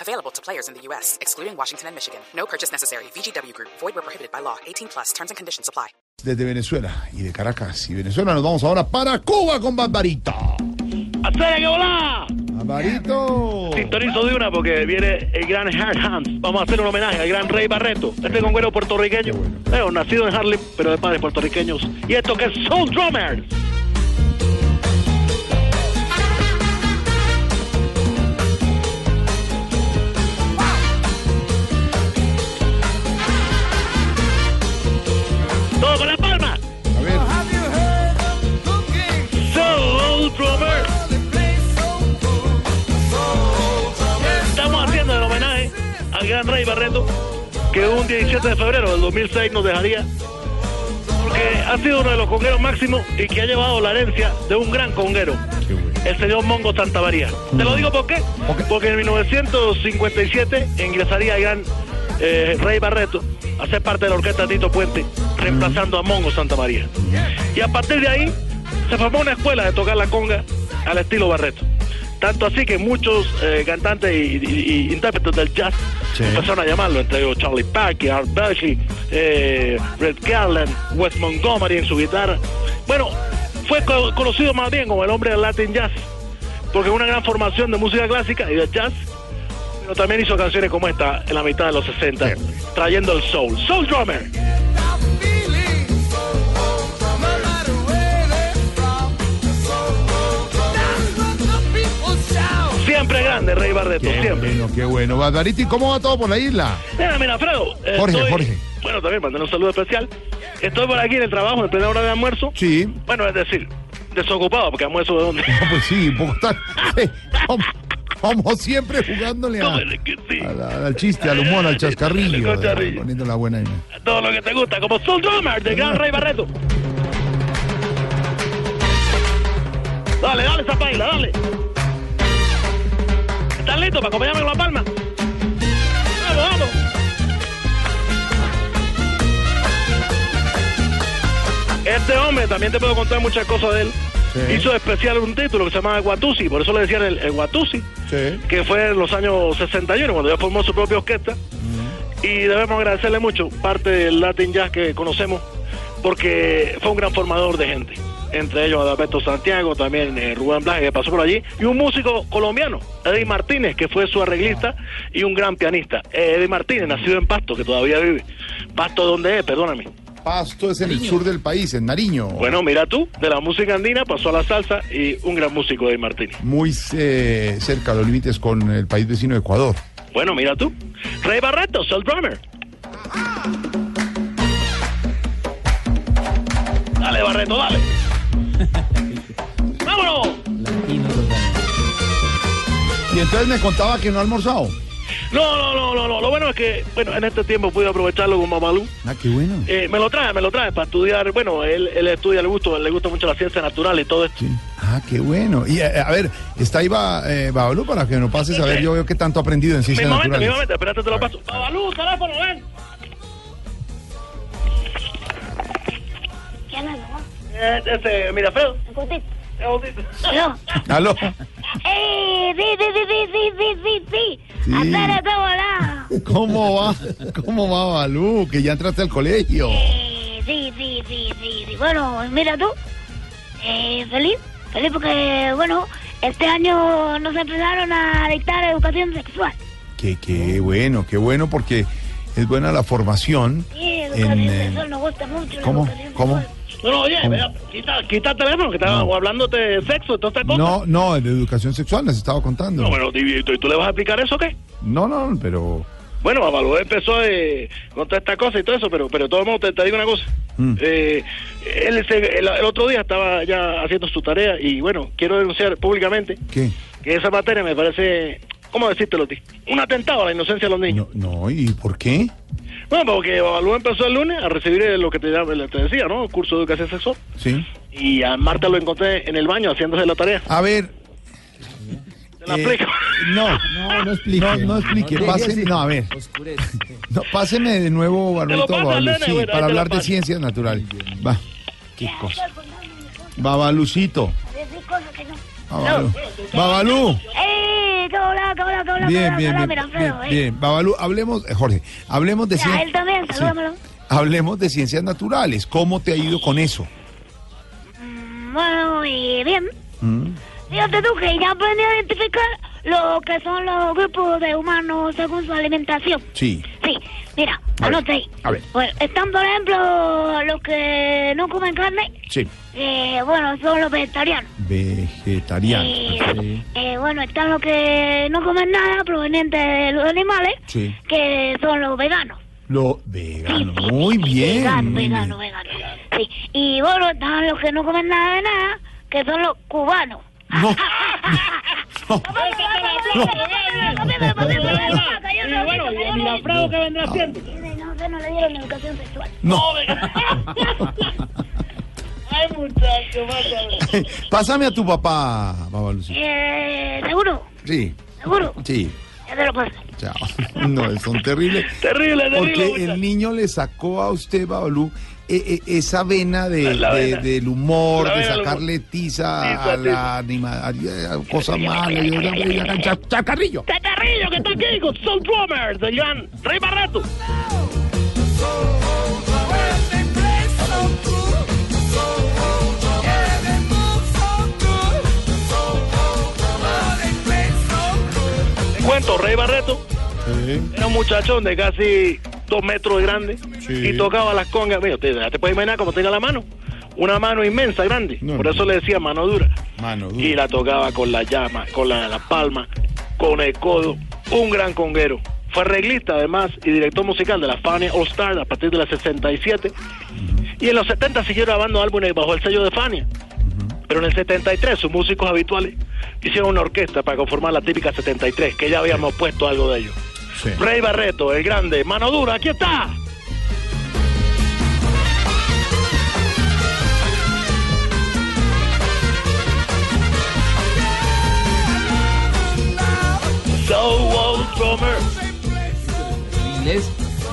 Available to players in the U.S., excluding Washington and Michigan. No purchase necessary. VGW Group, void were prohibited by law. 18 plus terms and conditions apply. desde Venezuela y de Caracas y Venezuela. Nos vamos ahora para Cuba con Barbarita. ¡Hacer que volá! Barbarito. Sintonizo de una porque viene el gran Hard Hands. Vamos a hacer un homenaje al gran Rey Barreto. Este congüero puertorriqueño. Bueno, nacido en Harlem, pero de padres puertorriqueños. Y esto que es Soul Drummers. Todo con la palma. A ver, Soul Drummers. Estamos haciendo el homenaje al gran Rey Barreto, que un 17 de febrero del 2006 nos dejaría, porque ha sido uno de los congueros máximos y que ha llevado la herencia de un gran conguero, Qué bueno. el señor Mongo Santa María. Te lo digo por qué, porque en 1957 ingresaría el gran eh, Rey Barreto a ser parte de la orquesta Tito Puente, reemplazando a Mongo Santa María. Y a partir de ahí se formó una escuela de tocar la conga al estilo Barreto. Tanto así que muchos eh, cantantes y, y- y intérpretes del jazz Sí. empezaron a llamarlo, entre ellos Charlie Packer, Art Berkeley, eh, Red Garland, Wes Montgomery en su guitarra. Bueno, fue co- conocido más bien como el hombre del Latin Jazz, porque es una gran formación de música clásica y de jazz, pero también hizo canciones como esta en la mitad de los 60, Bien. trayendo el soul. Soul Drummer. Siempre grande, Rey Barreto, qué siempre. bueno, qué bueno. Barbarito, ¿y cómo va todo por la isla? Mira, mira, Fredo. eh, Jorge, Jorge. Bueno, también mandar un saludo especial. Estoy por aquí en el trabajo, en plena hora de almuerzo. Sí. Bueno, es decir, desocupado, porque almuerzo de dónde. No, pues sí, un poco tal. Sí, como, como siempre jugándole a- ¿Cómo es que sí? a la- al chiste, al humor, al chascarrillo. eh, Al chascarrillo. Poniendo la buena. ahí. Todo lo que te gusta, como Soul Drummer de Gran Rey Barreto. Dale, dale esa paila, dale. ¿Estás listo para acompañarme con la palma? Vamos, vamos. Este hombre, también te puedo contar muchas cosas de él. Sí. Hizo especial un título que se llamaba Guatusi, por eso le decían el, el Guatusi Sí. que fue en los años 61, cuando ya formó su propia orquesta. Y debemos agradecerle mucho parte del Latin Jazz que conocemos, porque fue un gran formador de gente. Entre ellos Adalberto Santiago, también eh, Rubén Blas, que pasó por allí, y un músico colombiano, Eddie Martínez, que fue su arreglista y un gran pianista. Eh, Eddie Martínez, nacido en Pasto, que todavía vive. Pasto, ¿dónde es? Perdóname. Pasto es en el sur del país, en Nariño. Bueno, mira tú, de la música andina pasó a la salsa y un gran músico, Eddie Martínez. Muy eh, cerca de los límites con el país vecino de Ecuador. Bueno, mira tú. Rey Barreto, Soul Drummer. Dale, Barreto, dale. ¡Vámonos! Y entonces me contaba que no ha almorzado. No, no, no, no, no. Lo bueno es que, bueno, en este tiempo pude aprovecharlo con Mamalú. Ah, qué bueno. Eh, me lo trae, me lo trae para estudiar. Bueno, él, él estudia, le gusta, le gusta mucho la ciencia natural y todo esto. Sí. Ah, qué bueno. Y eh, a ver, está ahí ba, eh, Babalu para que no pases a ver yo veo qué tanto ha aprendido en ciencias Mi momento, mi naturales. momento, espérate, te lo paso. Babalú, teléfono, ven. ¿Quién es, mamá? Eh, ese, mira, Fredo. ¿Me contesta? eh, Bautista. ¿Aló? Aló. ¡Eh! ¡Sí, sí, sí, sí, sí, sí, sí! sí. Sí. ¡Hacer esta volada! ¿Cómo va? ¿Cómo va Babalu? Que ya entraste al colegio. Eh, sí, sí, sí, sí, sí. Bueno, mira tú. Eh, feliz. Feliz porque, bueno, este año nos empezaron a dictar educación sexual. Qué, qué bueno, qué bueno porque es buena la formación. Sí, educación en, eh, sexual nos gusta mucho. la ¿Cómo? educación ¿Cómo? sexual. No, no, oye, vea, quita, quita el teléfono, que estaba hablándote de sexo, toda esta cosa. No, no, en educación sexual les estaba contando. No, bueno, ¿y tú, y tú le vas a explicar eso o qué? No, no, pero Bueno, Babalú empezó eh, con toda esta cosa y todo eso, pero pero de todo el mundo te, te digo una cosa. Mm. Eh, él se- el, el otro día estaba ya haciendo su tarea y bueno, quiero denunciar públicamente ¿qué? que esa materia me parece ¿cómo decírtelo a ti? Un atentado a la inocencia de los niños. No, no, ¿y por qué? Bueno, porque Babalú empezó el lunes a recibir eh, lo que te, te decía, ¿no? Curso de educación sexual. Sí. Y a Marta lo encontré en el baño haciéndose la tarea. A ver. Te la eh, explico. No, No, no explique. no, no explique. No, no, páseme- sí. no, a ver. No, páseme de nuevo, Barbarito paso, Babalu. nene, Sí, bueno, ahí te para lo hablar de paso. ciencias naturales. Va. Qué cosa. Babalucito. Babalu. Babalu. ¡Ey! ¿Qué hola, qué hola, qué hola? Bien, bien, bien, Mira, bien, bien. Babalu, hablemos, eh, Jorge, hablemos de eh. Ya, cien- él también, salúdamelo. Hablemos de ciencias naturales. ¿Cómo te ha ido con eso? Bueno, y bien. Mm. Fíjate tú que ya aprendí a identificar lo que son los grupos de humanos según su alimentación. Sí. Sí, mira, A ver, anota ahí. a ver. Bueno, están, por ejemplo, los que no comen carne. Sí. Eh, bueno, son los vegetarianos. Vegetariano. Y, eh, bueno, están los que no comen nada proveniente de los animales, Sí. que son los veganos. Lo vegano. Muy bien. Vegano, muy vegano, bien. vegano. Sí. Y bueno, están los que no comen nada de nada, que son los cubanos. No. Y bueno, y el afrado que vendrá haciendo. No sé, no le dieron educación sexual. No. Ay, muchacho, vaya. Pásame a tu papá, Babalucito. Eh, seguro, Sí. seguro. Sí. Ya te lo paso. Chao. No, son terribles. Terrible, terrible. Porque muchacho. el niño le sacó a usted, Babalu, e- e- esa vena, de, La de- vena. del humor, La de vena del humor. sacarle tiza Tiza, a la anima- a- a- a cosa mala. y ahora voy a canchar- Chacarrillo. Tatarrillo que está aquí con Soul Drummer de Joan Rey Barreto. Te cuento, Rey Barreto era un muchachón de casi dos metros de grande Sí. y tocaba las congas. Mira, te, ya te puedes imaginar cómo tenía la mano. Una mano inmensa, grande. No, Por no. eso le decía mano dura. Mano dura. Y la tocaba con la llama, con la, la palma, con el codo. Un gran conguero. Fue arreglista además y director musical de la Fania All Star a partir de la 67. Y en los 70 siguió grabando álbumes bajo el sello de Fania. Pero en el 73 sus músicos habituales hicieron una orquesta para conformar la típica 73, que ya habíamos puesto algo de ellos. Sí. Rey Barreto, el grande, mano dura, aquí está. So old drummer. Inglés.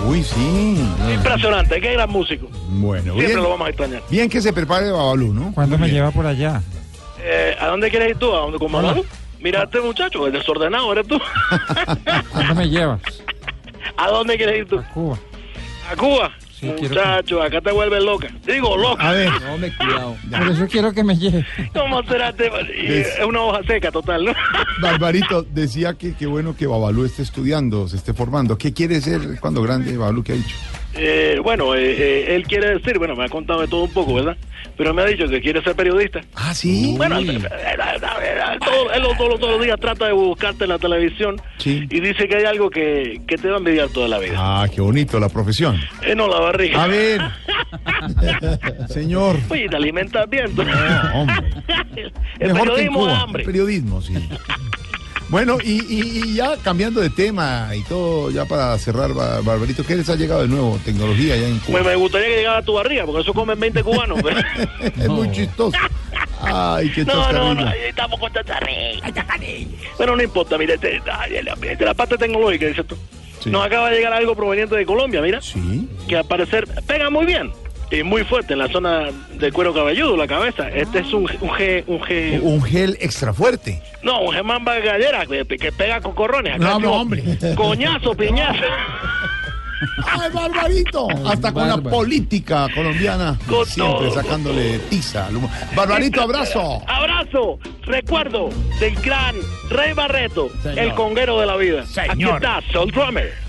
Uy, sí. Impresionante, qué gran músico. Bueno, Siempre Ah. bien. lo vamos a extrañar. Bien que se prepare Babalu, ¿no? ¿Cuándo me lleva por allá? Eh, ¿A dónde quieres ir tú? ¿A dónde con Manolo? Mira a este muchacho, el desordenado eres tú. ¿Cuándo me llevas? ¿A dónde quieres ir tú? A Cuba. ¿A Cuba? Sí, quiero que- Muchacho, acá te vuelves loca. Digo, loca. A ver. No, me cuidado. Por eso quiero que me lleve. ¿Cómo será este? Y Des- Es una hoja seca total, ¿no? Barbarito, decía que qué bueno que Babalú esté estudiando, se esté formando. ¿Qué quiere ser cuando grande Babalú? ¿Qué ha dicho? Eh, bueno, eh, eh, él quiere decir, bueno, me ha contado de todo un poco, ¿verdad? Pero me ha dicho que quiere ser periodista. Ah, sí. Bueno, eh, eh, eh, todo- él lo- todo- todos los días trata de buscarte en la televisión Sí. y dice que hay algo que, que te va a envidiar toda la vida. Ah, qué bonito la profesión. Eh, no, la barriga. Ah. A ver. Señor. Oye, te alimentas bien. tú. No, hombre. El Mejor que en periodismo da Cuba. hambre. El periodismo, sí. Bueno, y, y- y ya cambiando de tema y todo, ya para cerrar, Ba- Barbarito, ¿qué les ha llegado de nuevo? Tecnología ya en Me, Cuba. me gustaría que llegara a tu barriga, porque eso comen 20 cubanos. pero- Es muy chistoso. Ay, qué No, no, no, chascarrillo. ahí estamos con chascarrillo, chascarrillo. Bueno, no importa, mire, este, ay, el ambiente, la parte tecnológica, dice tú. Sí. Nos acaba de llegar algo proveniente de Colombia, mira, Sí. que al parecer pega muy bien y muy fuerte en la zona del cuero cabelludo, la cabeza. Este es un, un G, un G, Un gel extra fuerte. no, un G mamba gallera que, que pega cocorrones. Acá No, decimos, no, hombre. Coñazo, piñazo. ¡Ay, Barbarito! Hasta con la bárbaro. política colombiana. Con Siempre todo. sacándole tiza al humor. Barbarito, abrazo. Abrazo, recuerdo del gran Rey Barreto, Señor. el conguero de la vida. Señor. Aquí está Soul Drummer.